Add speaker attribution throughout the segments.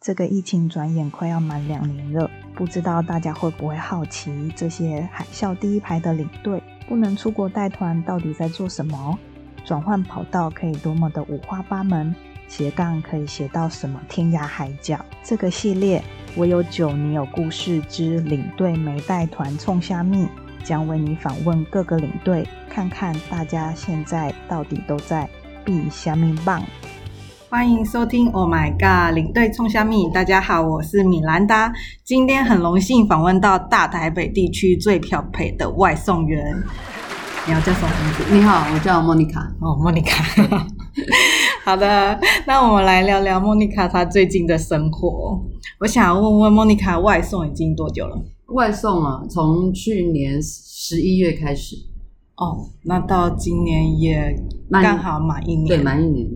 Speaker 1: 这个疫情转眼快要满两年了，不知道大家会不会好奇这些海啸第一排的领队不能出国带团到底在做什么？转换跑道可以多么的五花八门，斜杠可以斜到什么天涯海角？这个系列我有酒，你有故事之领队没带团冲虾米，将为你访问各个领队，看看大家现在到底都在避虾米棒。
Speaker 2: 欢迎收听 Oh My God 领队冲虾米，大家好，我是米兰达。今天很荣幸访问到大台北地区最漂配的外送员，你要叫什么名字？
Speaker 3: 你好，我叫莫妮卡。
Speaker 2: 哦，莫妮卡。 好的，那我们来聊聊莫妮卡她最近的生活。我想问问莫妮卡，外送已经多久了？
Speaker 3: 外送啊，从去年十一月开始，
Speaker 2: 哦，那到今年也
Speaker 3: 满
Speaker 2: 刚好满一年。
Speaker 3: 对，满一年。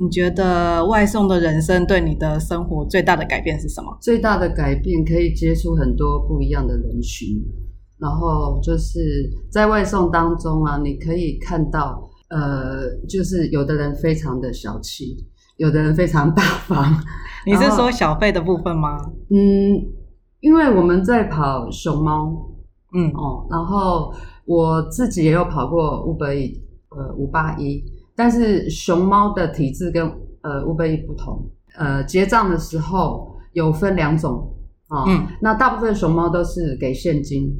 Speaker 2: 你觉得外送的人生对你的生活最大的改变是什么？
Speaker 3: 最大的改变可以接触很多不一样的人群，然后就是在外送当中啊，你可以看到，呃，就是有的人非常的小气，有的人非常大方。
Speaker 2: 你是
Speaker 3: 然后
Speaker 2: 说小费的部分吗？
Speaker 3: 嗯，因为我们在跑熊猫
Speaker 2: 嗯，
Speaker 3: 哦，然后我自己也有跑过五百一，呃，五八一，但是熊猫的体质跟呃五百一不同，呃，结账的时候有分两种啊、哦
Speaker 2: 嗯
Speaker 3: 那大部分熊猫都是给现金，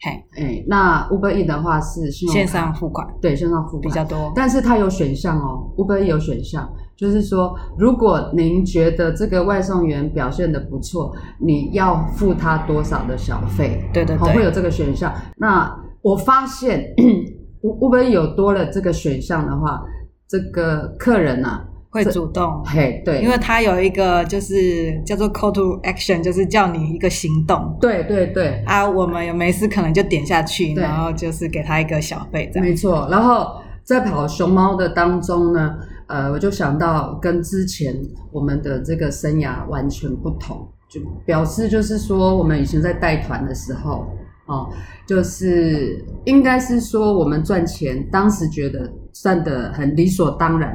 Speaker 2: 嘿，
Speaker 3: 哎，那 Uber E 的话是信用卡
Speaker 2: 线上付款
Speaker 3: 对线上付
Speaker 2: 比
Speaker 3: 款，
Speaker 2: 较多。
Speaker 3: 嗯但是它有选项哦，Uber E 有选项，就是说如果您觉得这个外送员表现的不错，你要付他多少的小费？
Speaker 2: 对对
Speaker 3: 好，哦会
Speaker 2: 对，
Speaker 3: 有这个选项。那我发现 乌乌贝有多了这个选项的话，这个客人呐、
Speaker 2: 会主动
Speaker 3: 啊，，嘿，对，
Speaker 2: 因为它有一个就是叫做 call to action，就是叫你一个行动
Speaker 3: 对对对，
Speaker 2: 啊。我们有没事可能就点下去，
Speaker 3: 对
Speaker 2: 然后就是给他一个小费这
Speaker 3: 没
Speaker 2: 样。
Speaker 3: 错。然后在跑熊猫的当中呢，呃，我就想到跟之前我们的这个生涯完全不同，就表示就是说，我们以前在带团的时候，哦，就是应该是说我们赚钱，当时觉得赚得很理所当然。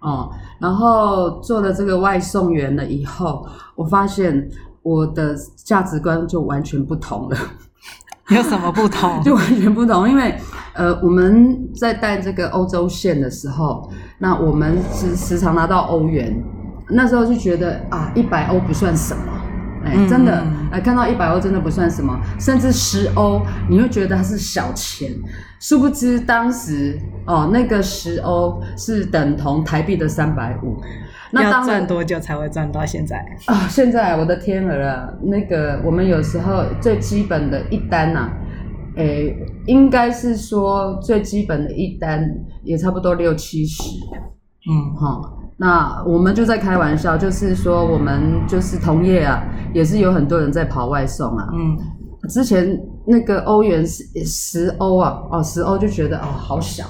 Speaker 3: 哦、然后做了这个外送员了以后，我发现我的价值观就完全不同了。
Speaker 2: 有什么不同？
Speaker 3: 就完全不同，因为呃，我们在带这个欧洲线的时候，那我们是时常拿到欧元，那时候就觉得啊，一百欧不算什么，哎、
Speaker 2: 嗯
Speaker 3: 真的，哎，看到一百欧真的不算什么，甚至十欧你会觉得它是小钱，殊不知当时哦，那个十欧是等同台币的三百五，那
Speaker 2: 要
Speaker 3: 当然
Speaker 2: 赚多久才会赚到现在？
Speaker 3: 啊、现在我的天儿啊，那个我们有时候最基本的一单呐、诶，应该是说最基本的一单也差不多六七十
Speaker 2: 嗯，
Speaker 3: 哈、那我们就在开玩笑，就是说我们就是同业啊，也是有很多人在跑外送啊。
Speaker 2: 嗯，
Speaker 3: 之前那个欧元十十欧啊，哦十欧就觉得哦好小，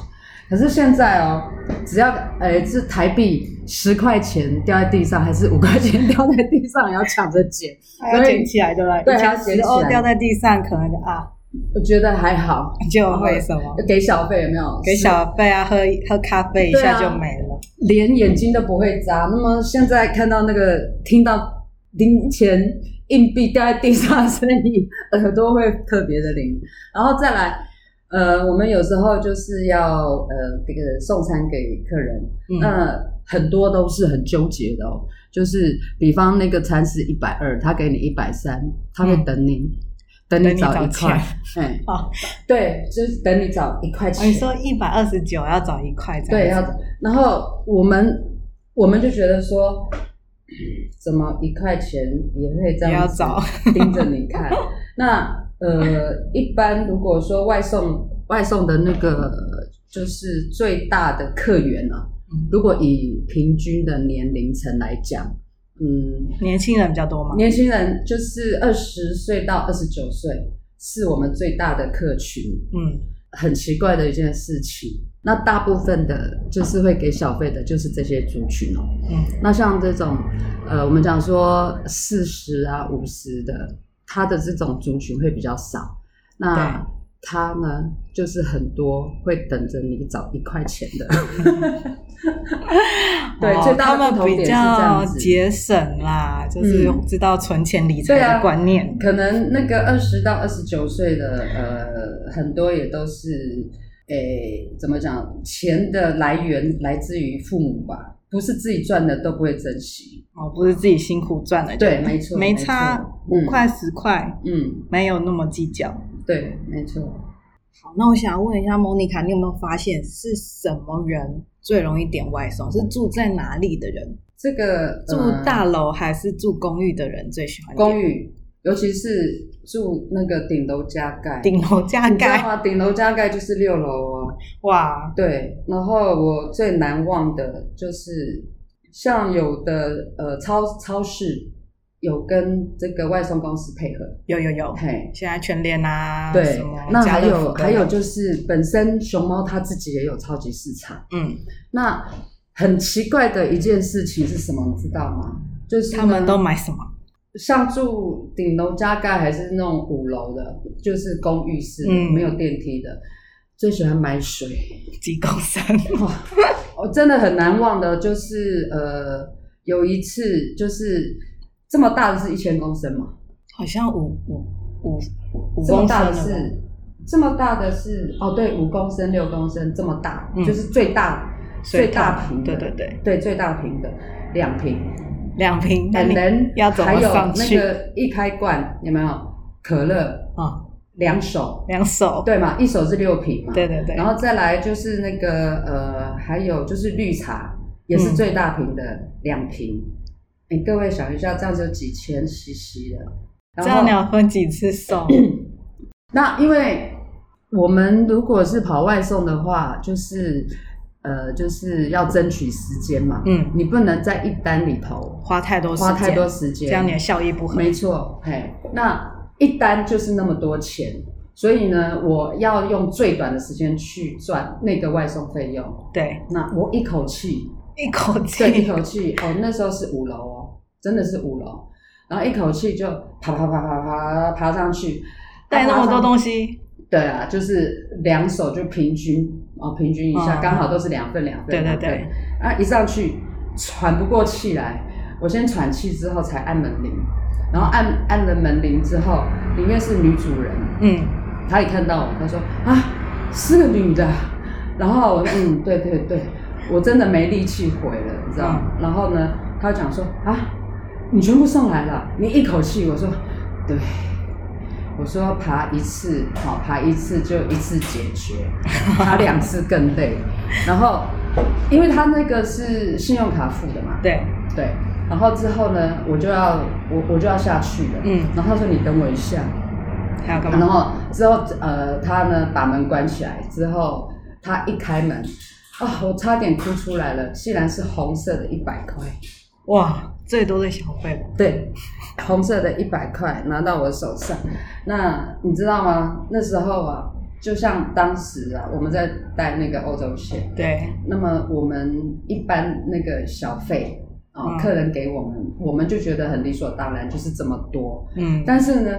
Speaker 3: 可是现在哦，只要诶这台币十块钱掉在地上，还是五块钱掉在地上，也要抢着捡。
Speaker 2: 还要
Speaker 3: 所以
Speaker 2: 捡起来对不对？
Speaker 3: 对
Speaker 2: 以
Speaker 3: 还要
Speaker 2: 前
Speaker 3: 捡
Speaker 2: 十
Speaker 3: 起
Speaker 2: 欧
Speaker 3: 来哦
Speaker 2: 掉在地上，可能就啊
Speaker 3: 我觉得还好，
Speaker 2: 就会什么
Speaker 3: 给小费有没有？
Speaker 2: 给小费啊，喝喝咖啡一
Speaker 3: 对
Speaker 2: 下
Speaker 3: 啊
Speaker 2: 就没了。
Speaker 3: 连眼睛都不会眨。那么现在看到那个听到零钱硬币掉在地上的声音，耳朵会特别的灵。然后再来，呃，我们有时候就是要呃这个送餐给客人，
Speaker 2: 嗯，
Speaker 3: 那很多都是很纠结的哦。就是比方那个餐是一百二，他给你一百三，他会
Speaker 2: 嗯
Speaker 3: 等你。等
Speaker 2: 等
Speaker 3: 你
Speaker 2: 你
Speaker 3: 找
Speaker 2: 找
Speaker 3: 一块
Speaker 2: 钱，
Speaker 3: 哎，
Speaker 2: 哦，
Speaker 3: 对，就是等你找一
Speaker 2: 哦
Speaker 3: 块钱。
Speaker 2: 你说一百二十九要找一块这
Speaker 3: 对，
Speaker 2: 样
Speaker 3: 要
Speaker 2: 子，
Speaker 3: 然后我们我们就觉得说，怎么一块钱也会这样子
Speaker 2: 也要
Speaker 3: 盯着你看？那呃，一般如果说外送外送的那个就是最大的客源啊，
Speaker 2: 嗯
Speaker 3: 如果以平均的年龄层来讲，嗯，
Speaker 2: 年轻人比较多嘛。
Speaker 3: 年轻人就是二十岁到二十九岁是我们最大的客群。
Speaker 2: 嗯，
Speaker 3: 很奇怪的一件事情。那大部分的，就是会给小费的，就是这些族群哦。
Speaker 2: 嗯，
Speaker 3: 那像这种，呃，我们讲说四十啊、五十的，他的这种族群会比较少。那他呢就是很多会等着你找一块钱 的。对，
Speaker 4: 哦
Speaker 3: 最大
Speaker 4: 他
Speaker 3: 的不
Speaker 4: 们
Speaker 3: 同点
Speaker 4: 比
Speaker 3: 是这样
Speaker 4: 较
Speaker 3: 子。
Speaker 4: 节省啦，就是
Speaker 3: 嗯
Speaker 4: 知道存钱理财
Speaker 3: 对啊
Speaker 4: 的观念。
Speaker 3: 可能那个二十到二十九岁的呃，很多也都是诶，怎么讲？钱的来源来自于父母吧，不是自己赚的都不会珍惜。
Speaker 4: 哦，不是自己辛苦赚的，
Speaker 3: 对
Speaker 4: 就
Speaker 3: 没错
Speaker 4: 没
Speaker 3: 没错
Speaker 4: 差
Speaker 3: 嗯
Speaker 4: 五块十块，
Speaker 3: 嗯，
Speaker 4: 没有那么计较。
Speaker 3: 对，没错。
Speaker 2: 好，那我想要问一下莫妮卡，你有没有发现是什么人最容易点外送？是住在哪里的人？
Speaker 3: 这个
Speaker 4: 嗯
Speaker 2: 住
Speaker 3: 呃
Speaker 2: 大楼还是住公寓的人最喜欢点
Speaker 3: 公寓，尤其是住那个顶楼加盖，
Speaker 2: 顶楼加
Speaker 3: 你知道
Speaker 2: 盖？
Speaker 3: 吗？顶楼加盖就是六楼哦。
Speaker 2: 哇，
Speaker 3: 对，然后我最难忘的就是，像有的呃超超市有跟这个外送公司配合，
Speaker 2: 有有有，
Speaker 3: 嘿，
Speaker 2: 现在全联啊，
Speaker 3: 对
Speaker 2: 什么，
Speaker 3: 那
Speaker 2: 家
Speaker 3: 还
Speaker 2: 乐福
Speaker 3: 有
Speaker 2: 都
Speaker 3: 还有就是本身熊猫它自己也有超级市场，
Speaker 2: 嗯，
Speaker 3: 那很奇怪的一件事情是什么，你知道吗？就是
Speaker 2: 他们
Speaker 3: 呢
Speaker 2: 都买什么？
Speaker 3: 像住顶楼加盖还是那种五楼的，就是公寓式的，
Speaker 2: 嗯
Speaker 3: 没有电梯的，最喜欢买水。
Speaker 2: 几公升？
Speaker 3: 我哦真的很难忘的，就是呃，有一次就是这么大的是一千公升嘛，
Speaker 2: 好像五五五五
Speaker 3: 这么
Speaker 2: 公升
Speaker 3: 大的
Speaker 2: 了吧
Speaker 3: 是这么大的是哦，对，五公升、六公升这么大，
Speaker 2: 嗯
Speaker 3: 就是最大
Speaker 2: 水
Speaker 3: 最大
Speaker 2: 桶
Speaker 3: 瓶的，
Speaker 2: 对对对，
Speaker 3: 对最大瓶的两瓶，
Speaker 2: 两瓶，那
Speaker 3: 本
Speaker 2: 你
Speaker 3: 人
Speaker 2: 要怎
Speaker 3: 还
Speaker 2: 么
Speaker 3: 有
Speaker 2: 上
Speaker 3: 那
Speaker 2: 去
Speaker 3: 个一开罐有没有可乐
Speaker 2: 啊？
Speaker 3: 两手
Speaker 2: 两手，
Speaker 3: 对嘛，一手是六瓶嘛，
Speaker 2: 对对对，
Speaker 3: 然后再来就是那个呃，还有就是绿茶，也
Speaker 2: 嗯
Speaker 3: 是最大瓶的两瓶。哎、各位想一下，这样子有几千 CC 了。然
Speaker 2: 这样你
Speaker 3: 后
Speaker 2: 要分几次送？
Speaker 3: 那因为我们如果是跑外送的话，就是呃，就是要争取时间嘛。
Speaker 2: 嗯，
Speaker 3: 你不能在一单里头
Speaker 2: 花太多时间，
Speaker 3: 花太多时间，
Speaker 2: 这样你的效益不好。
Speaker 3: 没错，嘿，那一单就是那么多钱，所以呢，我要用最短的时间去赚那个外送费用。
Speaker 2: 对，
Speaker 3: 那我一口气，
Speaker 2: 一口
Speaker 3: 对，一
Speaker 2: 气，
Speaker 3: 口气，哦，那时候是五楼哦，真的是五楼，然后一口气就爬爬爬爬爬爬上去，
Speaker 2: 带那么多
Speaker 3: 西，
Speaker 2: 东西，
Speaker 3: 对啊，就是两手就平均哦，平均一下，
Speaker 2: 嗯
Speaker 3: 刚、好都是两份两份，
Speaker 2: 对对
Speaker 3: 两份
Speaker 2: 对，
Speaker 3: 啊，一上去喘不过气来，我先喘气之后才按门铃，然后按按了门铃之后，里面是女主人，
Speaker 2: 嗯，
Speaker 3: 她也看到我，她说啊是个女的，然后我嗯对对对，我真的没力气回了，你知道吗？然后呢，她就讲说啊你全部送来了，你一口气，我说对。我说爬一次，好爬一次就一次解决，爬两次更累。然后，因为他那个是信用卡付的嘛，
Speaker 2: 对，
Speaker 3: 对，然后之后呢，我就要我我就要下去了，
Speaker 2: 嗯
Speaker 3: 然后他说你等我一下，
Speaker 2: 还有干
Speaker 3: 然
Speaker 2: 嘛？
Speaker 3: 后之后呃他呢把门关起来之后，他一开门，啊、我差点哭出来了，竟然是红色的一百块，
Speaker 2: 哇，最多的小费，
Speaker 3: 对，红色的一百块拿到我手上，那你知道吗？那时候啊，就像当时啊，我们在带那个欧洲线，
Speaker 2: 对，
Speaker 3: 那么我们一般那个小费啊、
Speaker 2: 嗯
Speaker 3: 客人给我们，我们就觉得很理所当然，就是这么多。
Speaker 2: 嗯，
Speaker 3: 但是呢，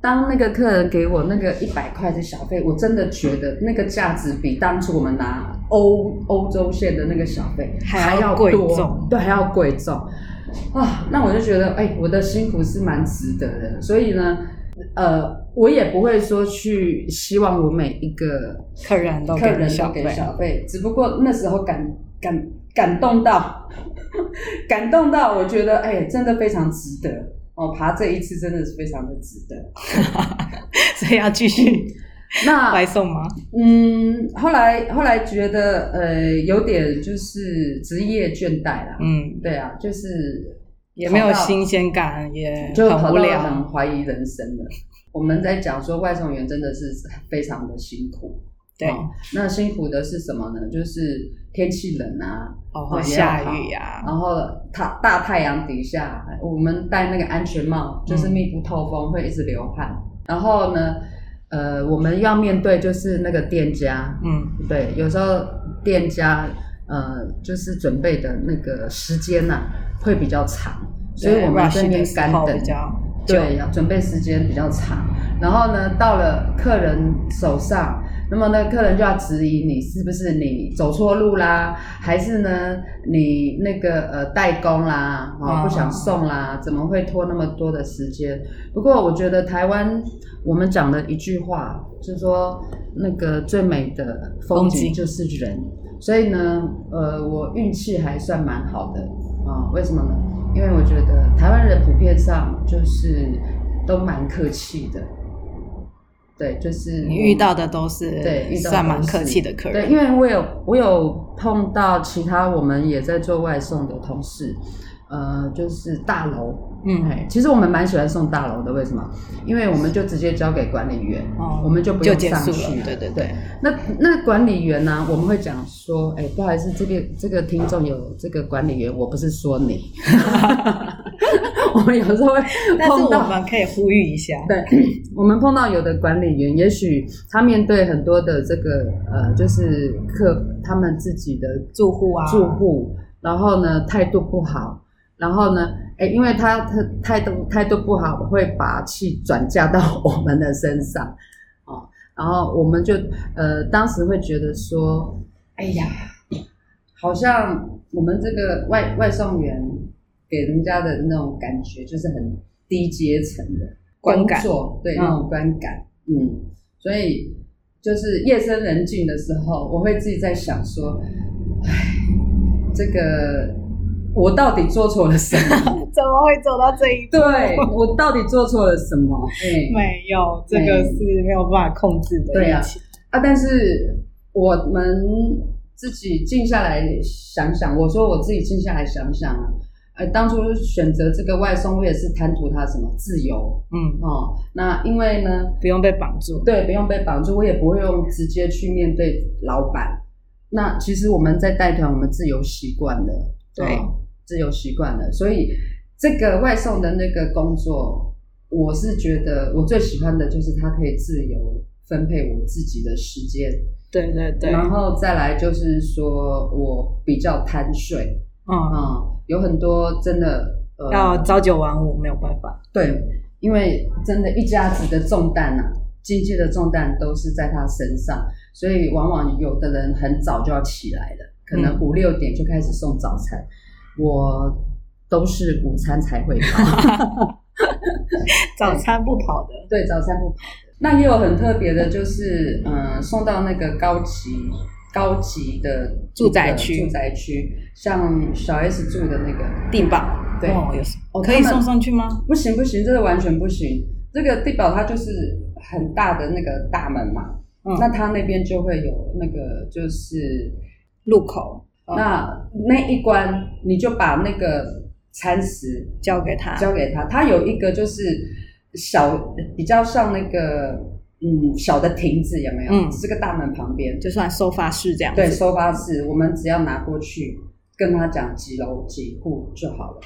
Speaker 3: 当那个客人给我那个一百块的小费，我真的觉得那个价值比当初我们拿欧欧洲线的那个小费
Speaker 2: 还要
Speaker 3: 要
Speaker 2: 贵
Speaker 3: 多
Speaker 2: 重
Speaker 3: 对，还要贵重啊！那我就觉得，哎、我的辛苦是蛮值得的。所以呢，呃，我也不会说去希望我每一个
Speaker 2: 客人都
Speaker 3: 客
Speaker 2: 给你
Speaker 3: 人都
Speaker 2: 小
Speaker 3: 给
Speaker 2: 费，
Speaker 3: 小费，只不过那时候感感感动到， 感动到，我觉得哎、真的非常值得哦，爬这一次真的是非常的值得。
Speaker 2: 所以要继续 外
Speaker 3: 那
Speaker 2: 送吗？
Speaker 3: 嗯，后来后来觉得呃，有点就是职业倦怠啦，
Speaker 2: 嗯，
Speaker 3: 对啊，就是
Speaker 2: 也没有
Speaker 3: 跑到
Speaker 2: 新鲜感，也
Speaker 3: 就
Speaker 2: 很
Speaker 3: 跑
Speaker 2: 无
Speaker 3: 到
Speaker 2: 聊。
Speaker 3: 很怀疑人生了。我们在讲说外送员真的是非常的辛苦，
Speaker 2: 对，
Speaker 3: 哦那辛苦的是什么呢？就是天气冷啊，
Speaker 2: 哦，
Speaker 3: 哦啊
Speaker 2: 会下雨呀，
Speaker 3: 然后它大太阳底下，我们戴那个安全帽，
Speaker 2: 嗯
Speaker 3: 就是密不透风，会一直流汗。然后呢，呃，我们要面对就是那个店家，
Speaker 2: 嗯，
Speaker 3: 对，有时候店家呃就是准备的那个时间呐、会比较长，所以
Speaker 2: 对
Speaker 3: 我们
Speaker 2: rush
Speaker 3: 这
Speaker 2: 的
Speaker 3: 边
Speaker 2: 时
Speaker 3: 干
Speaker 2: 候
Speaker 3: 等
Speaker 2: 比。较久。
Speaker 3: 对，要准备时间比较长。然后呢，到了客人手上，那么呢，客人就要质疑你是不是你走错路啦，还是呢你那个呃代工啦，哦
Speaker 2: 哦
Speaker 3: 不想送啦，怎么会拖那么多的时间？不过我觉得台湾我们讲的一句话，就是说那个最美的风
Speaker 2: 风
Speaker 3: 景
Speaker 2: 景
Speaker 3: 就是人。所以呢，呃，我运气还算蛮好的啊、为什么呢？因为我觉得台湾人普遍上就是都蛮客气的，对，就是
Speaker 2: 你遇到的都是
Speaker 3: 嗯对遇到
Speaker 2: 算
Speaker 3: 都
Speaker 2: 蛮客
Speaker 3: 是
Speaker 2: 气的客人。
Speaker 3: 对，因为我有我有碰到其他我们也在做外送的同事，呃，就是大楼，
Speaker 2: 嗯，
Speaker 3: 哎，其实我们蛮喜欢送大楼的，为什么？因为我们就直接交给管理员，
Speaker 2: 哦
Speaker 3: 我们就不
Speaker 2: 就
Speaker 3: 用
Speaker 2: 结
Speaker 3: 上
Speaker 2: 束
Speaker 3: 去
Speaker 2: 了。对对
Speaker 3: 对
Speaker 2: 对，
Speaker 3: 那那管理员呢、我们会讲说，哎、不好意思，这个这个听众有这个管理员，我不是说你， 我们有时候会
Speaker 2: 但是
Speaker 3: 碰
Speaker 2: 我
Speaker 3: 到
Speaker 2: 们可以呼吁一下，
Speaker 3: 对，我们碰到有的管理员，也许他面对很多的这个呃，就是客他们自己的
Speaker 2: 住户啊，
Speaker 3: 住户，然后呢态度不好，然后呢，哎，因为他他态度态度不好，会把气转嫁到我们的身上，哦，然后我们就呃当时会觉得说，哎呀，好像我们这个外外送员给人家的那种感觉就是很低阶层的
Speaker 2: 观
Speaker 3: 工
Speaker 2: 感
Speaker 3: 作，对
Speaker 2: 嗯
Speaker 3: 那种观感，嗯，所以就是夜深人静的时候，我会自己在想说，唉，这个我到底做错了什 么？
Speaker 2: 怎么会走到这一步？
Speaker 3: 对我到底做错了什么？哎、
Speaker 2: 没有，这个是没有办法控制的。
Speaker 3: 对啊，啊，但是我们自己静下来想想，我说我自己静下来想想啊，呃，当初选择这个外送，我也是贪图它什么自由
Speaker 2: 嗯，
Speaker 3: 哦。那因为呢，
Speaker 2: 不用被绑住。
Speaker 3: 对，不用被绑住，我也不会用直接去面对老板。那其实我们在带团，我们自由习惯了，
Speaker 2: 对
Speaker 3: 哦自由习惯了，所以这个外送的那个工作，我是觉得我最喜欢的就是它可以自由分配我自己的时间，
Speaker 2: 对对对，
Speaker 3: 然后再来就是说我比较贪睡，
Speaker 2: 嗯，
Speaker 3: 嗯，有很多真的呃
Speaker 2: 要朝九晚五没有办法。
Speaker 3: 对，因为真的，一家子的重担呐、啊，经济的重担都是在他身上，所以往往有的人很早就要起来了，可能
Speaker 2: 嗯
Speaker 3: 五六点就开始送早餐，我都是午餐才 会到。
Speaker 2: 早餐不跑的，
Speaker 3: 对，早餐不跑的。那也有很特别的，就是嗯、呃送到那个高级高级的
Speaker 2: 住宅区
Speaker 3: 住宅区，像小 S 住的那个
Speaker 2: 定吧？
Speaker 3: 对
Speaker 2: 哦，有
Speaker 3: 哦
Speaker 2: 可以
Speaker 3: 他们
Speaker 2: 送上去吗？
Speaker 3: 不行不行，这个完全不行。这个地堡它就是很大的那个大门嘛，
Speaker 2: 嗯
Speaker 3: 那它那边就会有那个就是，
Speaker 2: 路口
Speaker 3: 那那一关你就把那个餐食
Speaker 2: 交给他，
Speaker 3: 交给他，他有一个就是小比较像那个嗯小的亭子有没有？
Speaker 2: 嗯
Speaker 3: 这个大门旁边，
Speaker 2: 就算收发室这样子。
Speaker 3: 对，收发室，我们只要拿过去跟他讲几楼几户就好了。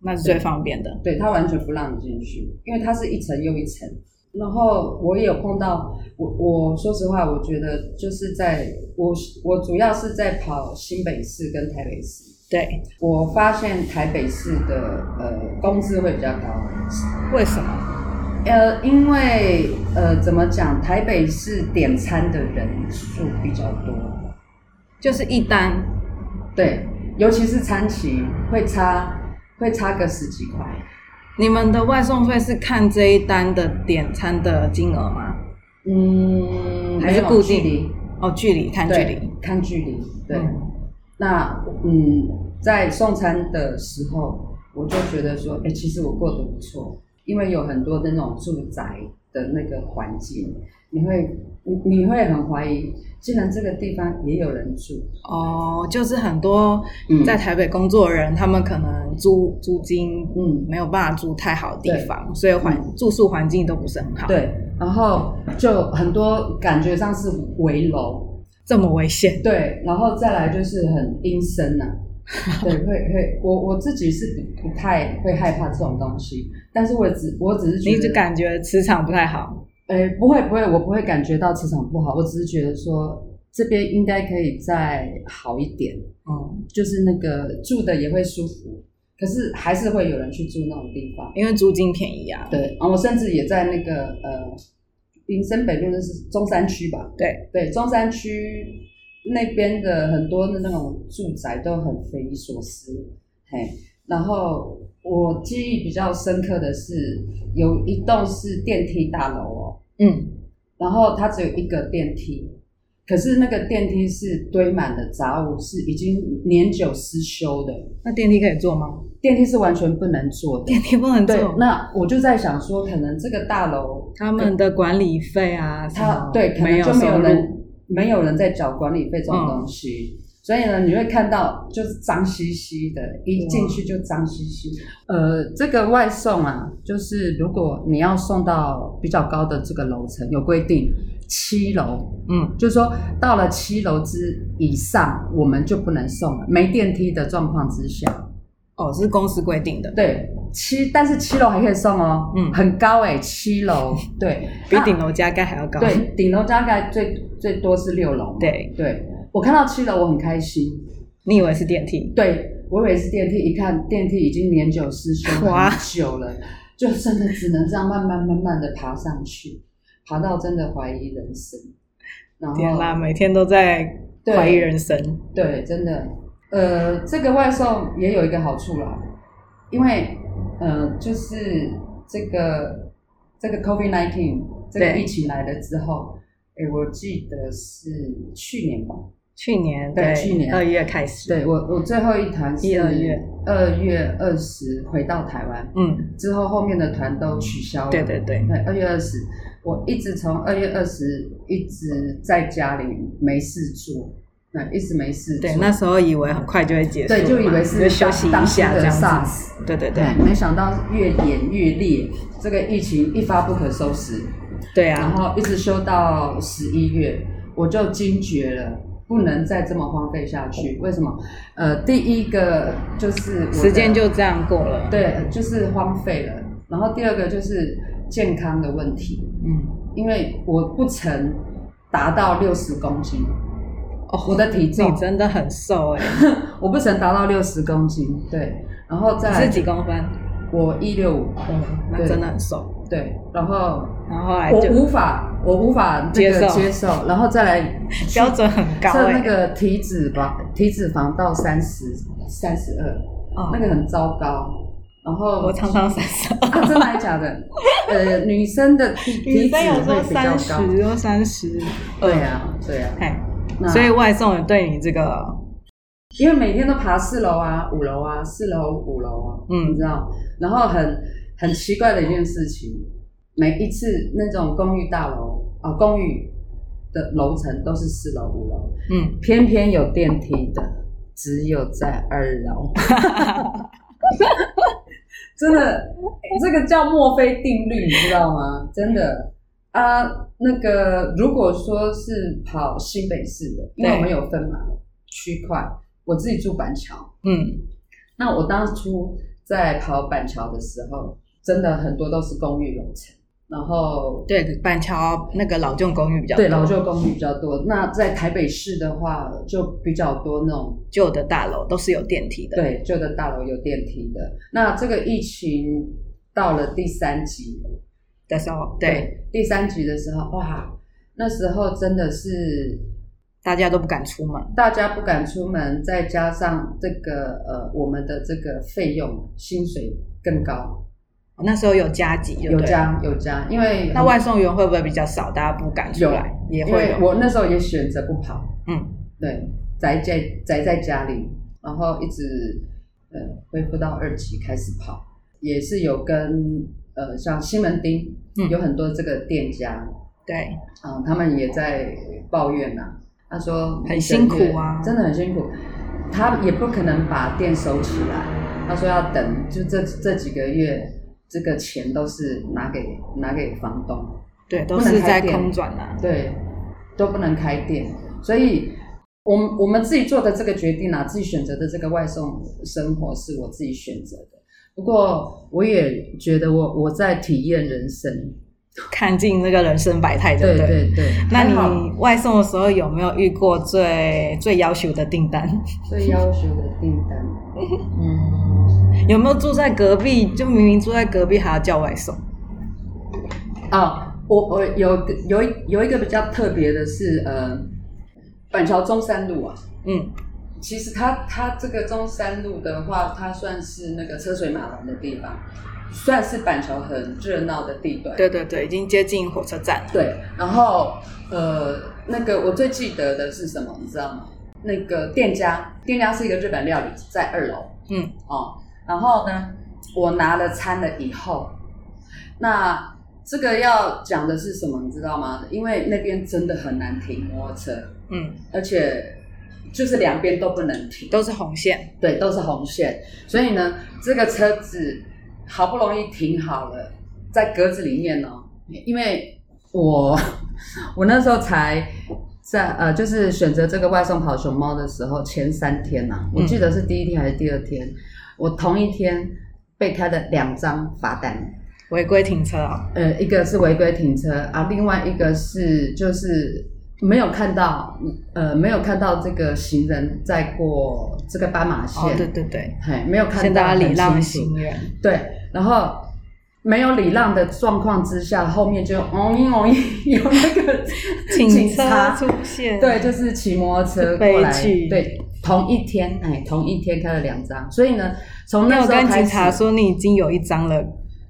Speaker 2: 那是最方便的。
Speaker 3: 对他完全不让你进去，因为它是一层又一层。然后我也有碰到，我我说实话，我觉得就是在我我主要是在跑新北市跟台北市，
Speaker 2: 对，
Speaker 3: 我发现台北市的呃工资会比较高，
Speaker 2: 为什么？
Speaker 3: 呃，因为呃怎么讲，台北市点餐的人数比较多，
Speaker 2: 就是一单，
Speaker 3: 对，尤其是餐期会差会差个十几块，
Speaker 2: 你们的外送费是看这一单的点餐的金额吗？
Speaker 3: 嗯，
Speaker 2: 还是
Speaker 3: 没有
Speaker 2: 固
Speaker 3: 距
Speaker 2: 定
Speaker 3: 离
Speaker 2: 哦，距离看距
Speaker 3: 对，
Speaker 2: 离。
Speaker 3: 看距离。对，
Speaker 2: 嗯
Speaker 3: 那嗯，在送餐的时候，我就觉得说，哎、其实我过得不错，因为有很多的那种住宅的那个环境，你会你你会很怀疑，既然这个地方也有人住，
Speaker 2: 哦，就是很多
Speaker 3: 嗯
Speaker 2: 在台北工作的人，他们可能租租金
Speaker 3: 嗯
Speaker 2: 没有办法住太好的地方，所以环住宿环境都不是很好，，
Speaker 3: 对，然后就很多感觉上是围楼，
Speaker 2: 这么危险。
Speaker 3: 对，然后再来就是很阴 森呐、对，会会，我我自己是不不太会害怕这种东西，但是我只我只是觉
Speaker 2: 你
Speaker 3: 得，
Speaker 2: 就感觉磁场不太好，
Speaker 3: 呃，不会不会，我不会感觉到磁场不好，我只是觉得说这边应该可以再好一点，
Speaker 2: 嗯，
Speaker 3: 就是那个住的也会舒服，可是还是会有人去住那种地方。
Speaker 2: 因为租金便宜啊。
Speaker 3: 对，啊，我甚至也在那个呃林森北路，那是中山区吧？
Speaker 2: 对
Speaker 3: 对，中山区那边的很多的那种住宅都很匪夷所思，嘿。然后我记忆比较深刻的是，有一栋是电梯大楼哦，
Speaker 2: 嗯，
Speaker 3: 然后它只有一个电梯，可是那个电梯是堆满了杂物，是已经年久失修的，
Speaker 2: 那电梯可以坐吗？
Speaker 3: 电梯是完全不能坐 的。
Speaker 2: 电梯不能
Speaker 3: 对
Speaker 2: 坐，，
Speaker 3: 那我就在想说，可能这个大楼
Speaker 2: 他们的管理费啊，什
Speaker 3: 他
Speaker 2: 么
Speaker 3: 对，可
Speaker 2: 没
Speaker 3: 能就哦没
Speaker 2: 收
Speaker 3: 有嗯
Speaker 2: 入，
Speaker 3: 人没有人在缴管理费这种东西，所以呢，你会看到就是脏兮兮的，一
Speaker 2: 哇
Speaker 3: 进去就脏兮兮。呃，这个外送啊，就是如果你要送到比较高的这个楼层，有规定七楼，
Speaker 2: 嗯，
Speaker 3: 就是说到了七楼之以上，我们就不能送了，没电梯的状况之下。
Speaker 2: 哦，是公司规定的，
Speaker 3: 对，七，但是七楼还可以送哦，
Speaker 2: 嗯
Speaker 3: 很高哎、七楼， 对，
Speaker 2: 比
Speaker 3: 那
Speaker 2: 顶楼加盖还要高。
Speaker 3: 对，顶楼大概最最多是六楼嘛。
Speaker 2: 对
Speaker 3: 对，我看到七楼我很开心。
Speaker 2: 你以为是电梯？
Speaker 3: 对我以为是电梯，一看电梯已经年久失修
Speaker 2: 哇
Speaker 3: 很久了，就真的只能这样慢慢慢慢的爬上去，爬到真的怀疑人生。然后
Speaker 2: 天啦，每天都在
Speaker 3: 哦对
Speaker 2: 怀疑人生。
Speaker 3: 对，真的，呃，这个外送也有一个好处啦，因为呃，就是这个这个 COVID nineteen 这个
Speaker 2: 对
Speaker 3: 疫情来了之后，诶，我记得是去年吧，
Speaker 2: 去年
Speaker 3: 对去年
Speaker 2: 二月开始，，
Speaker 3: 对我我最后一团是
Speaker 2: 一二月
Speaker 3: 二月二十回到台湾
Speaker 2: 嗯，
Speaker 3: 之后，后面的团都取消了，
Speaker 2: 对对对，
Speaker 3: 对，二月二十，我一直从二月二十一直在家里没事做，那一直没事做，
Speaker 2: 对，那时候以为很快就会结束嘛，
Speaker 3: 对，就以为是
Speaker 2: 就休息
Speaker 3: 当
Speaker 2: 一
Speaker 3: 时
Speaker 2: 下
Speaker 3: 的
Speaker 2: 这样子。
Speaker 3: SARS，
Speaker 2: 对对对
Speaker 3: 对，没想到越演越烈，这个疫情一发不可收拾，
Speaker 2: 对
Speaker 3: 然
Speaker 2: 啊，
Speaker 3: 后一直休到十一月，我就惊觉了。不能再这么荒废下去。为什么？呃，第一个就是我的
Speaker 2: 时间就这样过了。，
Speaker 3: 对，就是荒废了。然后第二个就是健康的问题，
Speaker 2: 嗯，
Speaker 3: 因为我不曾达到六十公斤，
Speaker 2: 哦
Speaker 3: 我的体重
Speaker 2: 你真的很瘦哎，
Speaker 3: 我不曾达到六十公斤。对，然后再
Speaker 2: 你
Speaker 3: 来
Speaker 2: 是几公分？
Speaker 3: 我一六五，
Speaker 2: 嗯，那
Speaker 3: 对
Speaker 2: 真的很瘦。
Speaker 3: 对，然后
Speaker 2: 然后后来
Speaker 3: 我
Speaker 2: 就
Speaker 3: 无法，我无法
Speaker 2: 接
Speaker 3: 这
Speaker 2: 受
Speaker 3: 个接受，然后再来
Speaker 2: 标准很高
Speaker 3: 测
Speaker 2: 哎
Speaker 3: 那，个体脂吧，体脂肪到三十三十二，
Speaker 2: 哦
Speaker 3: 那个很糟糕。然后
Speaker 2: 我常常三十二，
Speaker 3: 啊，真的还假的？呃，女生的 体体
Speaker 2: 女
Speaker 3: 脂
Speaker 2: 生有时
Speaker 3: 会
Speaker 2: 候
Speaker 3: 比较
Speaker 2: 三
Speaker 3: 高，
Speaker 2: 十或三十，
Speaker 3: 对啊，对啊。
Speaker 2: 哎，
Speaker 3: 那
Speaker 2: 所以外送人对你这个，
Speaker 3: 因为每天都爬四楼啊、五楼啊、四楼、五楼啊，
Speaker 2: 嗯
Speaker 3: 你知道？然后很很奇怪的一件事情，每一次那种公寓大楼啊、公寓的楼层都是四楼、五楼，
Speaker 2: 嗯，
Speaker 3: 偏偏有电梯的只有在二楼。真的，这个叫墨菲定律，你知道吗？真的啊，那个如果说是跑新北市的，因为
Speaker 2: 对
Speaker 3: 我们有分嘛区块，我自己住板桥。
Speaker 2: 嗯，
Speaker 3: 那我当初在跑板桥的时候，真的很多都是公寓楼层，然后
Speaker 2: 对，板桥那个老旧公寓比较
Speaker 3: 对
Speaker 2: 多
Speaker 3: 老旧公寓比较多。那在台北市的话，就比较多那种
Speaker 2: 旧的大楼都是有电梯的，，
Speaker 3: 对，旧的大楼有电梯的。那这个疫情到了第三级，
Speaker 2: 的时候，对，
Speaker 3: 第三级的时候，哇，那时候真的是
Speaker 2: 大家都不敢出门，
Speaker 3: 大家不敢出门，再加上这个呃，我们的这个费用薪水更高，
Speaker 2: 哦那时候有加急，
Speaker 3: 有。加有加，因为
Speaker 2: 那外送员会不会比较少？大家不敢出来，也
Speaker 3: 因
Speaker 2: 会
Speaker 3: 为
Speaker 2: 有。
Speaker 3: 我那时候也选择不跑，
Speaker 2: 嗯，
Speaker 3: 对，宅在宅在家里，然后一直呃恢复到二级开始跑，也是有跟呃像西门町、
Speaker 2: 嗯
Speaker 3: 有很多这个店家，
Speaker 2: 对，
Speaker 3: 啊、他们也在抱怨呐、他说
Speaker 2: 很辛苦啊
Speaker 3: 真的很辛苦，他也不可能把店收起来，他说要等，就这这几个月。这个钱都是拿给拿给房东，
Speaker 2: 对，都
Speaker 3: 不能
Speaker 2: 是在
Speaker 3: 开店
Speaker 2: 空转啊。
Speaker 3: 对，都不能开店，所以我们我们自己做的这个决定啊，自己选择的这个外送生活是我自己选择的。不过我也觉得我我在体验人生，
Speaker 2: 看尽那个人生百态，
Speaker 3: 对
Speaker 2: 不对？
Speaker 3: 对对。
Speaker 2: 那
Speaker 3: 还好
Speaker 2: 你外送的时候有没有遇过最最要求的订单？
Speaker 3: 最要求的订单，嗯，
Speaker 2: 有没有住在隔壁？就明明住在隔壁还要叫外送？
Speaker 3: 啊，我我有有一有一个比较特别的是，呃，板桥中山路啊，
Speaker 2: 嗯，
Speaker 3: 其实它它这个中山路的话，它算是那个车水马龙的地方，算是板桥很热闹的地段。
Speaker 2: 对对对，已经接近火车站了。
Speaker 3: 对，然后呃，那个我最记得的是什么，你知道吗？那个店家，店家是一个日本料理，在二楼。
Speaker 2: 嗯，
Speaker 3: 哦，然后呢，我拿了餐了以后，那这个要讲的是什么，你知道吗？因为那边真的很难停摩托车，
Speaker 2: 嗯，
Speaker 3: 而且就是两边都不能停，
Speaker 2: 都是红线。
Speaker 3: 对，都是红线，所以呢，这个车子好不容易停好了，在格子里面哦，因为我 我那时候才在呃，就是选择这个外送跑熊猫的时候，前三天呐、我记得是第一天还是第二天，我同一天被开了两张罚单，
Speaker 2: 违规停车啊、
Speaker 3: 呃，一个是违规停车啊，另外一个是就是。没有看到，呃，没有看到这个行人在过这个斑马线，
Speaker 2: 哦，对对对，
Speaker 3: 嘿，没有看到
Speaker 2: 现在要礼让
Speaker 3: 很清楚
Speaker 2: 行 人。
Speaker 3: 对，然后没有礼让的状况之下，后面就哦嗡一嗡一有那个
Speaker 2: 警
Speaker 3: 察
Speaker 2: 车出现，
Speaker 3: 对，就是骑摩托车
Speaker 2: 悲
Speaker 3: 过来，
Speaker 2: 剧
Speaker 3: 对，同一天，哎，同一天开了两张，所以呢，从
Speaker 2: 你
Speaker 3: 那
Speaker 2: 有
Speaker 3: 时候
Speaker 2: 跟
Speaker 3: 开
Speaker 2: 警
Speaker 3: 始，
Speaker 2: 察说你已经有一张了，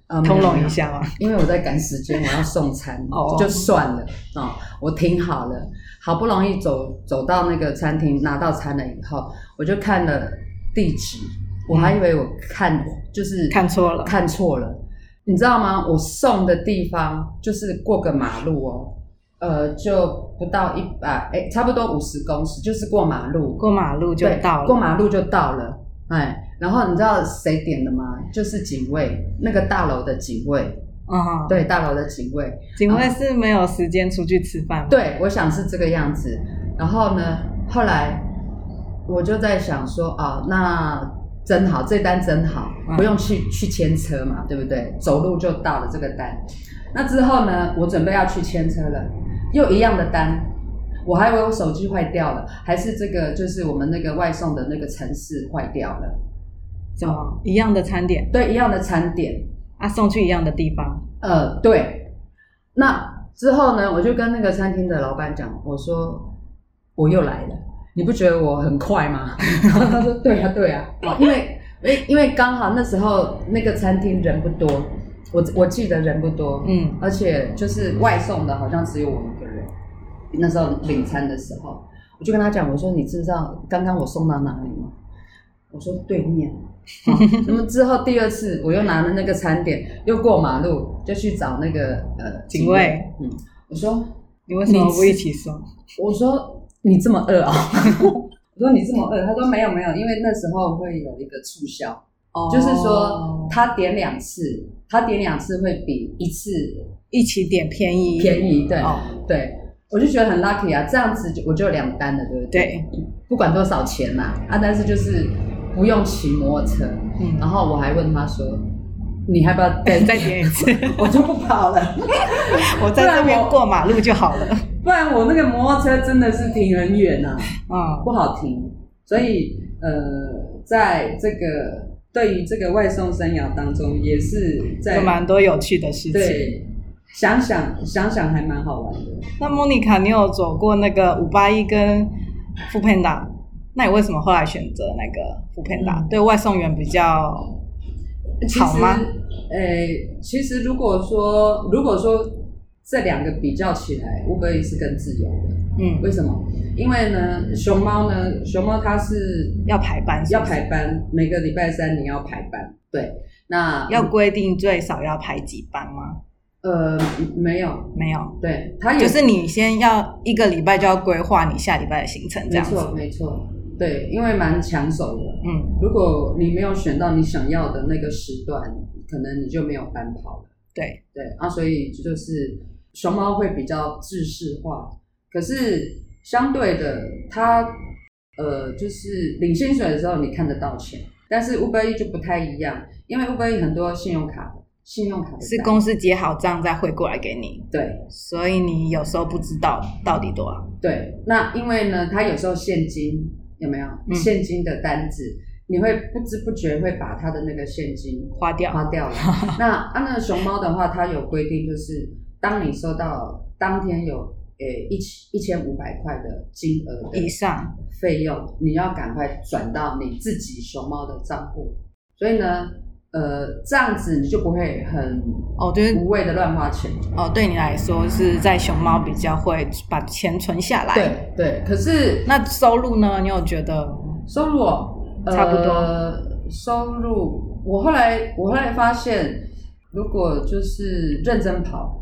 Speaker 3: 呃
Speaker 2: 通融一，下吗？，
Speaker 3: 没有没有因为我在赶时间，我要送餐
Speaker 2: 哦
Speaker 3: 就算了哦，我停好了，好不容易走走到那个餐厅拿到餐了以后，我就看了地址，我还以为我看就是
Speaker 2: 看错了，
Speaker 3: 看错了，你知道吗？我送的地方就是过个马路哦，呃，就不到一百，哎，差不多五十公尺，就是过马路，
Speaker 2: 过马路就
Speaker 3: 对
Speaker 2: 到了。
Speaker 3: 过马路就到了，哎，然后你知道谁点的吗？就是警卫，那个大楼的警卫，
Speaker 2: 嗯，
Speaker 3: 对，大楼的警卫，
Speaker 2: 警卫是没有时间出去吃饭吗？
Speaker 3: 对，我想是这个样子。然后呢，后来我就在想说，啊，那真好，这单真好，不用去、去牵车嘛，对不对？走路就到了这个单。那之后呢，我准备要去牵车了，又一样的单。我还以为我手机坏掉了，还是这个就是我们那个外送的那个城市坏掉了。
Speaker 2: 怎么一样的餐点
Speaker 3: 对，一样的餐点，
Speaker 2: 啊，送去一样的地方？
Speaker 3: 呃，对。那之后呢，我就跟那个餐厅的老板讲，我说我又来了，你不觉得我很快吗？然后他说对啊，对啊，哦因为因为刚好那时候那个餐厅人不多，我我记得人不多，
Speaker 2: 嗯，
Speaker 3: 而且就是外送的，好像只有我一个人。那时候领餐的时候，我就跟他讲，我说你知道刚刚我送到哪里吗？我说对面。哦 那么之后第二次，我又拿了那个餐点，又过马路，就去找那个呃
Speaker 2: 警卫。
Speaker 3: 嗯，我说
Speaker 2: 你为什么不一起送？
Speaker 3: 我说你这么饿啊、 我说你这么饿？啊他说没有没有，因为那时候会有一个促销，
Speaker 2: 哦
Speaker 3: 就是说他点两次，他点两次会比一次
Speaker 2: 一起点便宜，
Speaker 3: 便宜，对。
Speaker 2: 哦，
Speaker 3: 对，我就觉得很 lucky 啊，这样子就我就有两单了，对不对？
Speaker 2: 对，
Speaker 3: 不管多少钱啦、啊，但是就是不用骑摩托车。
Speaker 2: 嗯，
Speaker 3: 然后我还问他说：“你还不 要再
Speaker 2: 再点一次，
Speaker 3: 我就不跑了，
Speaker 2: 我在这边过马路就好了。
Speaker 3: 不然我那个摩托车真的是停很远呐、
Speaker 2: 嗯，
Speaker 3: 不好停。所以呃，在这个对于这个外送生涯当中，也是在
Speaker 2: 有蛮多有趣的事情。
Speaker 3: 对想想想想还蛮好玩的。
Speaker 2: 那莫妮卡，你有走过那个五八一跟富佩达，那你为什么后来选择那个富佩达？
Speaker 3: 嗯
Speaker 2: 对外送员比较
Speaker 3: 其
Speaker 2: 好
Speaker 3: 实，
Speaker 2: 吗
Speaker 3: 呃，其实如果说如果说这两个比较起来，Uber Eats 是更自由的。
Speaker 2: 嗯
Speaker 3: 为什么？因为呢，熊猫呢，熊猫它是
Speaker 2: 要排班是
Speaker 3: 要
Speaker 2: 不是
Speaker 3: 排班，每个礼拜三你要排班。对，那
Speaker 2: 要规定最少要排几班吗？
Speaker 3: 呃没有，
Speaker 2: 没有，
Speaker 3: 对，它也
Speaker 2: 就是你先要一个礼拜就要规划你下礼拜的行程这
Speaker 3: 没
Speaker 2: 样子。
Speaker 3: 错没错，对，因为蛮抢手的。
Speaker 2: 嗯，
Speaker 3: 如果你没有选到你想要的那个时段，可能你就没有班跑了。
Speaker 2: 对，
Speaker 3: 对啊，所以这就是熊猫会比较制式化，可是相对的，它呃就是领薪水的时候你看得到钱，但是 Uber E 就不太一样，因为 Uber E 很多信用卡的，信用卡的
Speaker 2: 是
Speaker 3: 账
Speaker 2: 公司结好账再汇过来给你，
Speaker 3: 对
Speaker 2: 所以你有时候不知道到底多少。
Speaker 3: 对，那因为呢，它有时候现金有没有、
Speaker 2: 嗯
Speaker 3: 现金的单子，你会不知不觉会把他的那个现金
Speaker 2: 花掉。
Speaker 3: 花 掉了。那啊，那个熊猫的话，它有规定，就是当你收到当天有呃一千一千五百块的金额的
Speaker 2: 以上，
Speaker 3: 费用，你要赶快转到你自己熊猫的账户。所以呢，呃，这样子你就不会很
Speaker 2: 哦，就是
Speaker 3: 无谓的乱花钱。
Speaker 2: 哦，对你来说是在熊猫比较会把钱存下来。，
Speaker 3: 对对，可是
Speaker 2: 那收入呢？你有觉得
Speaker 3: 收入哦，呃、
Speaker 2: 差不
Speaker 3: 收入，我后来我后来发现，如果就是认真跑，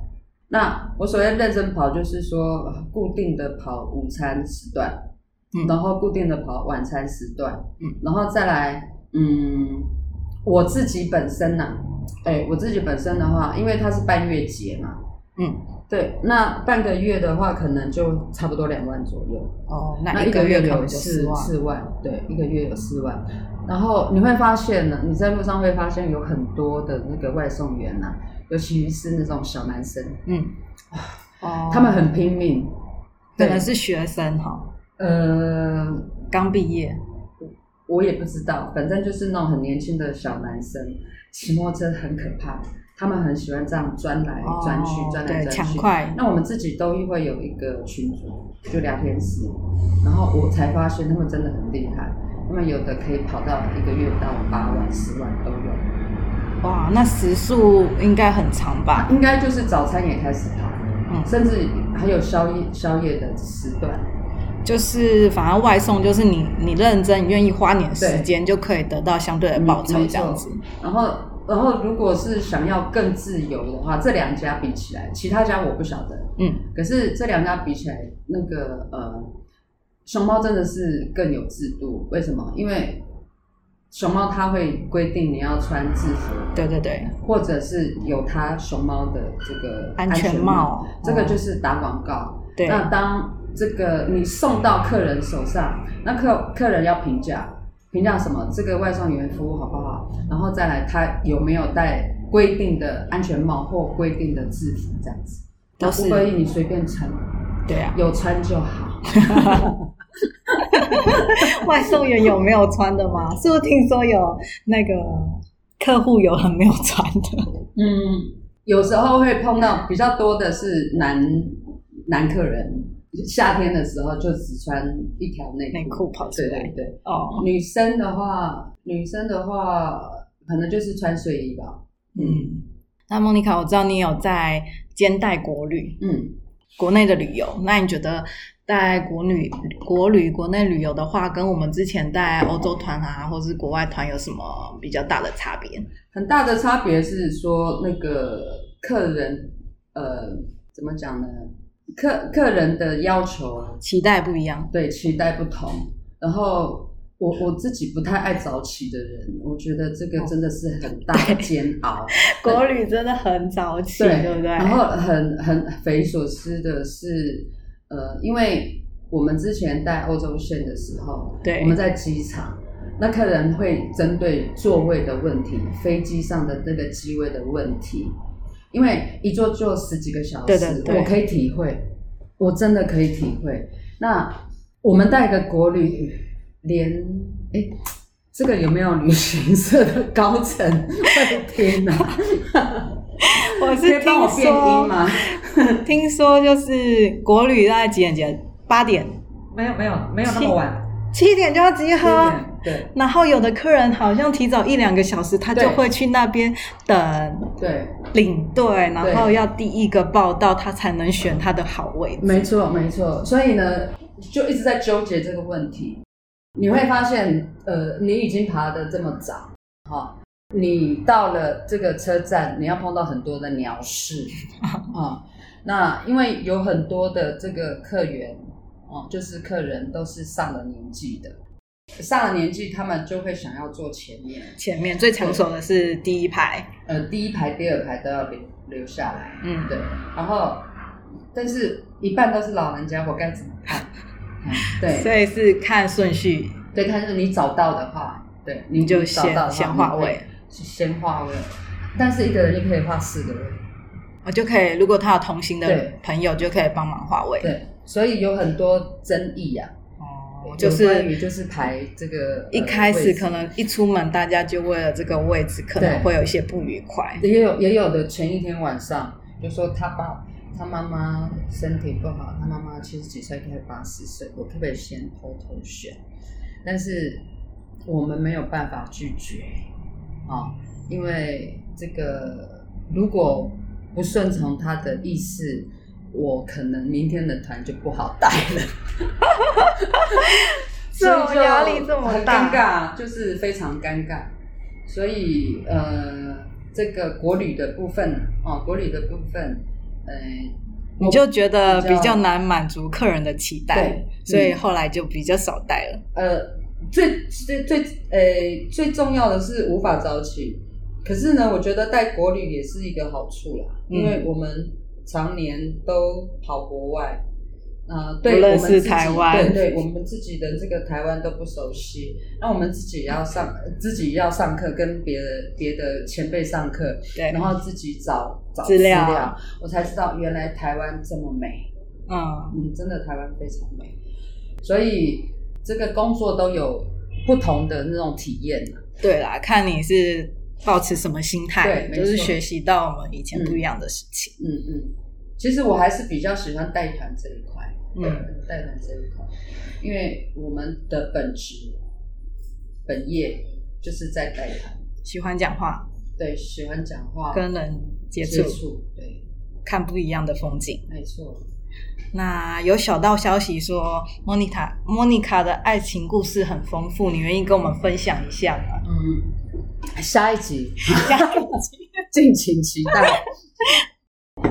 Speaker 3: 那我所谓认真跑，就是说固定的跑午餐时段，
Speaker 2: 嗯
Speaker 3: 然后固定的跑晚餐时段，
Speaker 2: 嗯，
Speaker 3: 然后再来，嗯，我自己本身呢、哎，我自己本身的话，因为它是半月结嘛，
Speaker 2: 嗯，
Speaker 3: 对，那半个月的话，可能就差不多两万左右，
Speaker 2: 哦？
Speaker 3: 那
Speaker 2: 那
Speaker 3: 一
Speaker 2: 一
Speaker 3: 个
Speaker 2: 个
Speaker 3: 月
Speaker 2: 月可能
Speaker 3: 有
Speaker 2: 就
Speaker 3: 四
Speaker 2: 四万。
Speaker 3: 四万，对，一个月有四万。然后你会发现呢，你在路上会发现有很多的那个外送员呐、尤其是那种小男生，
Speaker 2: 嗯，哦
Speaker 3: 啊他们很拼命。
Speaker 2: 可能是学生哈，
Speaker 3: 呃，
Speaker 2: 刚毕业。
Speaker 3: 我也不知道，反正就是那种很年轻的小男生骑摩托车很可怕，他们很喜欢这样钻来钻去，
Speaker 2: 哦
Speaker 3: 钻来
Speaker 2: 对，
Speaker 3: 钻
Speaker 2: 抢
Speaker 3: 去。
Speaker 2: 快。
Speaker 3: 那我们自己都会有一个群组，就聊天室，然后我才发现他们真的很厉害，他们有的可以跑到一个月到八万、十万都有，
Speaker 2: 哇，那时速应该很长吧？
Speaker 3: 应该就是早餐也开始跑，
Speaker 2: 嗯
Speaker 3: 甚至还有宵夜宵夜的时段，
Speaker 2: 就是反而外送，就是你你认真，你愿意花你的时间，就可以得到相对的报酬
Speaker 3: 嗯没错
Speaker 2: 这样子。
Speaker 3: 然后。然后，如果是想要更自由的话，这两家比起来，其他家我不晓得。
Speaker 2: 嗯，
Speaker 3: 可是这两家比起来，那个呃，熊猫真的是更有制度。为什么？因为熊猫它会规定你要穿制服，
Speaker 2: 对对对，
Speaker 3: 或者是有它熊猫的这个
Speaker 2: 安全帽，哦
Speaker 3: 这个就是是打广告。
Speaker 2: 对
Speaker 3: 那当这个你送到客人手上，那客客人要评价，评价什么？这个外送员服务好不好？然后再来他有没有戴规定的安全帽或规定的制服这样子。
Speaker 2: 都是
Speaker 3: 不可以，你随便穿，
Speaker 2: 对啊。
Speaker 3: 有穿就好。
Speaker 2: 外送员有没有穿的吗？是不是听说有那个客户有很没有穿的？
Speaker 3: 嗯，有时候会碰到比较多的是男男客人，夏天的时候就只穿一条内
Speaker 2: 内裤跑出
Speaker 3: 对
Speaker 2: 来
Speaker 3: 对对，
Speaker 2: 哦，
Speaker 3: 女生的话，女生的话可能就是穿睡衣吧。
Speaker 2: 嗯。那莫妮卡，我知道你有在兼带国旅，
Speaker 3: 嗯，
Speaker 2: 国内的旅游，那你觉得带国旅、国旅、国内旅游的话，跟我们之前带欧洲团啊，或是国外团有什么比较大的差别？
Speaker 3: 很大的差别是说那个客人，呃，怎么讲呢？客客人的要求
Speaker 2: 期待不一样，
Speaker 3: 对，期待不同。然后我我自己不太爱早起的人，我觉得这个真的是很大的煎熬。
Speaker 2: 国旅真的很早起，对不对？
Speaker 3: 然后很很匪夷所思的是，呃，因为我们之前带欧洲线的时候，
Speaker 2: 对
Speaker 3: 我们在机场。那客人会针对座位的问题、飞机上的那个机位的问题，因为一坐就十几个小时，
Speaker 2: 对对对
Speaker 3: 我可以体会，我真的可以体会。那我们带个国旅，连哎、这个有没有旅行社的高层会听 啊？
Speaker 2: 我是
Speaker 3: 可以帮我
Speaker 2: 听
Speaker 3: 变音
Speaker 2: 说，
Speaker 3: 吗？
Speaker 2: 听说就是国旅大概几点几点？八点、
Speaker 3: 没有没有没有那么晚，
Speaker 2: 七点就要集
Speaker 3: 七
Speaker 2: 合。
Speaker 3: 点啊对
Speaker 2: 然后有的客人好像提早一两个小时，他就
Speaker 3: 对
Speaker 2: 会去那边等
Speaker 3: 对，
Speaker 2: 领队，然后
Speaker 3: 对
Speaker 2: 要第一个报到，他才能选他的好位置。
Speaker 3: 没错没错。所以呢，就一直在纠结这个问题。你会发现，呃，你已经爬得这么早，哈、你到了这个车站，你要碰到很多的鸟事啊、那因为有很多的这个客源，哦、就是客人都是上了年纪的，上了年纪他们就会想要坐前面，
Speaker 2: 前面最抢手的是第一排，
Speaker 3: 呃，第一排、第二排都要留留下来。
Speaker 2: 嗯，
Speaker 3: 对，然后但是一半都是老人家，我该怎么 办？嗯对
Speaker 2: 所以是看顺序，
Speaker 3: 对，但是你找到的话，对，你
Speaker 2: 你就
Speaker 3: 找到的话
Speaker 2: 先先画，
Speaker 3: 你可
Speaker 2: 位
Speaker 3: 以，先画位。但是一个人就可以画四个位，
Speaker 2: 我就可以，如果他有同行的
Speaker 3: 对
Speaker 2: 朋友，就可以帮忙画位。
Speaker 3: 对，所以有很多争议啊。
Speaker 2: 哦，我就
Speaker 3: 有关于
Speaker 2: 是
Speaker 3: 就是排这个
Speaker 2: 一开始可。
Speaker 3: 呃位置
Speaker 2: 能一出门，大家就为了这个位置可能
Speaker 3: 对
Speaker 2: 会有一些不愉快。
Speaker 3: 也有也有的前一天晚上就说他爸他妈妈身体不好，他妈妈七十几岁快八十岁，我可不可以先偷偷选？但是我们没有办法拒绝啊、因为这个如果不顺从他的意思，我可能明天的团就不好带 了。
Speaker 2: 这种压力这么大
Speaker 3: 所以就很尴尬，就是非常尴尬。所以呃，这个国旅的部分哦，国旅的部分，呃，
Speaker 2: 你就觉得
Speaker 3: 比较
Speaker 2: 比较难满足客人的期待
Speaker 3: 对，嗯
Speaker 2: 所以后来就比较少带了。
Speaker 3: 呃，最最最呃最重要的是无法早起。可是呢，我觉得带国旅也是一个好处啦，
Speaker 2: 嗯
Speaker 3: 因为我们常年都跑国外，呃，
Speaker 2: 无
Speaker 3: 对我
Speaker 2: 论
Speaker 3: 们
Speaker 2: 是
Speaker 3: 自己
Speaker 2: 台湾
Speaker 3: 对对，我们自己的这个台湾都不熟悉，那我们自己也要上自己要上课，跟别的别的前辈上课，
Speaker 2: 对
Speaker 3: 然，后自己找找
Speaker 2: 资料
Speaker 3: 料，我才知道原来台湾这么美。
Speaker 2: 嗯，
Speaker 3: 嗯，真的台湾非常美，所以这个工作都有不同的那种体验啊
Speaker 2: 对啦，看你是保持什么心态，
Speaker 3: 对没错
Speaker 2: 就是学习到我们以前不一样的事情。
Speaker 3: 嗯嗯，其实我还是比较喜欢带团这一块，
Speaker 2: 嗯，
Speaker 3: 带团这一块，因为我们的本职本业就是在带团，
Speaker 2: 喜欢讲话，
Speaker 3: 对，喜欢讲话
Speaker 2: 跟人接
Speaker 3: 接
Speaker 2: 触，
Speaker 3: 触，对，
Speaker 2: 看不一样的风景。
Speaker 3: 没错，
Speaker 2: 那有小道消息说，莫妮卡莫妮卡的爱情故事很丰富，你愿意跟我们分享一下吗？
Speaker 3: 嗯，下一 集， 敬请期待。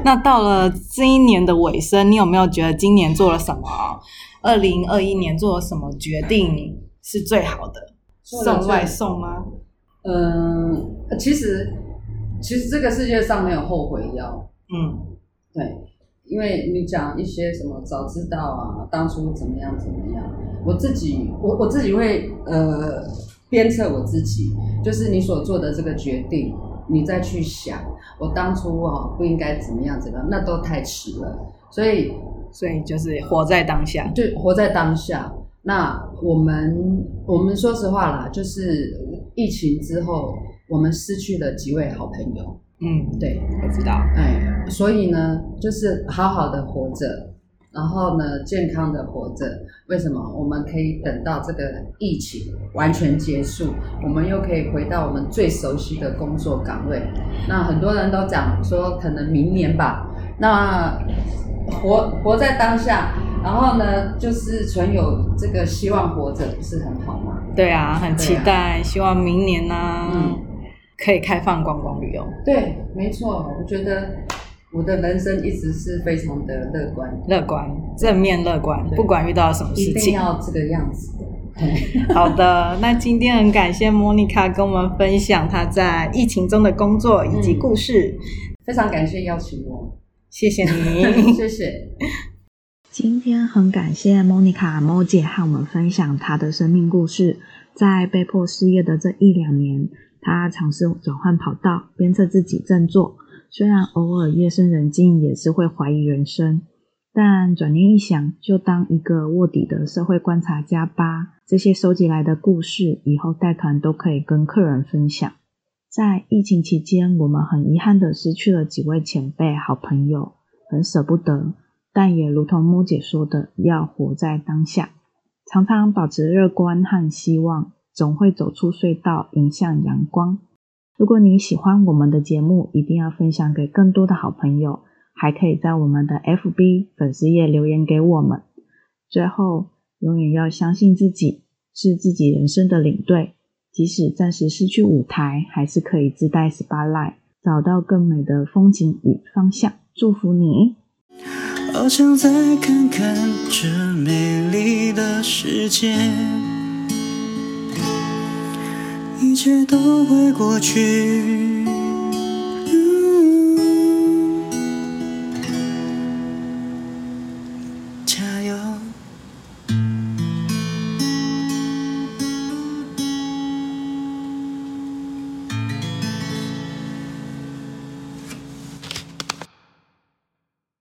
Speaker 2: 那到了这一年的尾声，你有没有觉得今年做了什么？二零二一年做了什么决定是最好的？
Speaker 3: 做了最
Speaker 2: 送外送吗？
Speaker 3: 嗯，其实其实这个世界上没有后悔药。
Speaker 2: 嗯，
Speaker 3: 对，因为你讲一些什么早知道啊，当初怎么样怎么样，我自己我我自己会呃鞭策我自己，就是你所做的这个决定，你再去想，我当初啊不应该怎么样怎么样，那都太迟了，所以
Speaker 2: 所以就是活在当下。
Speaker 3: 就活在当下。那我们我们说实话啦，就是疫情之后，我们失去了几位好朋友，
Speaker 2: 嗯，
Speaker 3: 对，
Speaker 2: 我知道。
Speaker 3: 哎，所以呢，就是好好的活着，然后呢，健康的活着。为什么？我们可以等到这个疫情完全结束，我们又可以回到我们最熟悉的工作岗位。那很多人都讲说，可能明年吧。那活活在当下，然后呢，就是存有这个希望活着，不是很好吗？
Speaker 2: 对啊，很期
Speaker 3: 对啊
Speaker 2: 待，希望明年呢、
Speaker 3: 嗯
Speaker 2: 可以开放观光旅游，
Speaker 3: 对，没错，我觉得我的人生一直是非常的乐观的。
Speaker 2: 乐观，正面乐观，
Speaker 3: 对
Speaker 2: 不管遇到什么
Speaker 3: 一
Speaker 2: 事
Speaker 3: 定
Speaker 2: 情。
Speaker 3: 要这个样子 的。
Speaker 2: 好的，那今天很感谢莫妮卡跟我们分享她在疫情中的工作以及
Speaker 3: 嗯
Speaker 2: 故事，
Speaker 3: 非常感谢邀请我，
Speaker 2: 谢谢你。
Speaker 3: 谢谢。
Speaker 1: 今天很感谢 Monica 莫姐和我们分享她的生命故事。在被迫失业的这一两年，她尝试转换跑道，鞭策自己振作。虽然偶尔夜深人静也是会怀疑人生，但转念一想，就当一个卧底的社会观察家吧。这些收集来的故事，以后带团都可以跟客人分享。在疫情期间，我们很遗憾的失去了几位前辈、好朋友，很舍不得，但也如同莫姐说的，要活在当下，常常保持乐观和希望，总会走出隧道，迎向阳光。如果你喜欢我们的节目，一定要分享给更多的好朋友，还可以在我们的 FB 粉丝页留言给我们。最后，永远要相信自己是自己人生的领队，即使暂时失去舞台，还是可以自带 spotlight，找到更美的风景与方向。祝福你！
Speaker 5: 好想再看看这美丽的世界，一切都会过去。嗯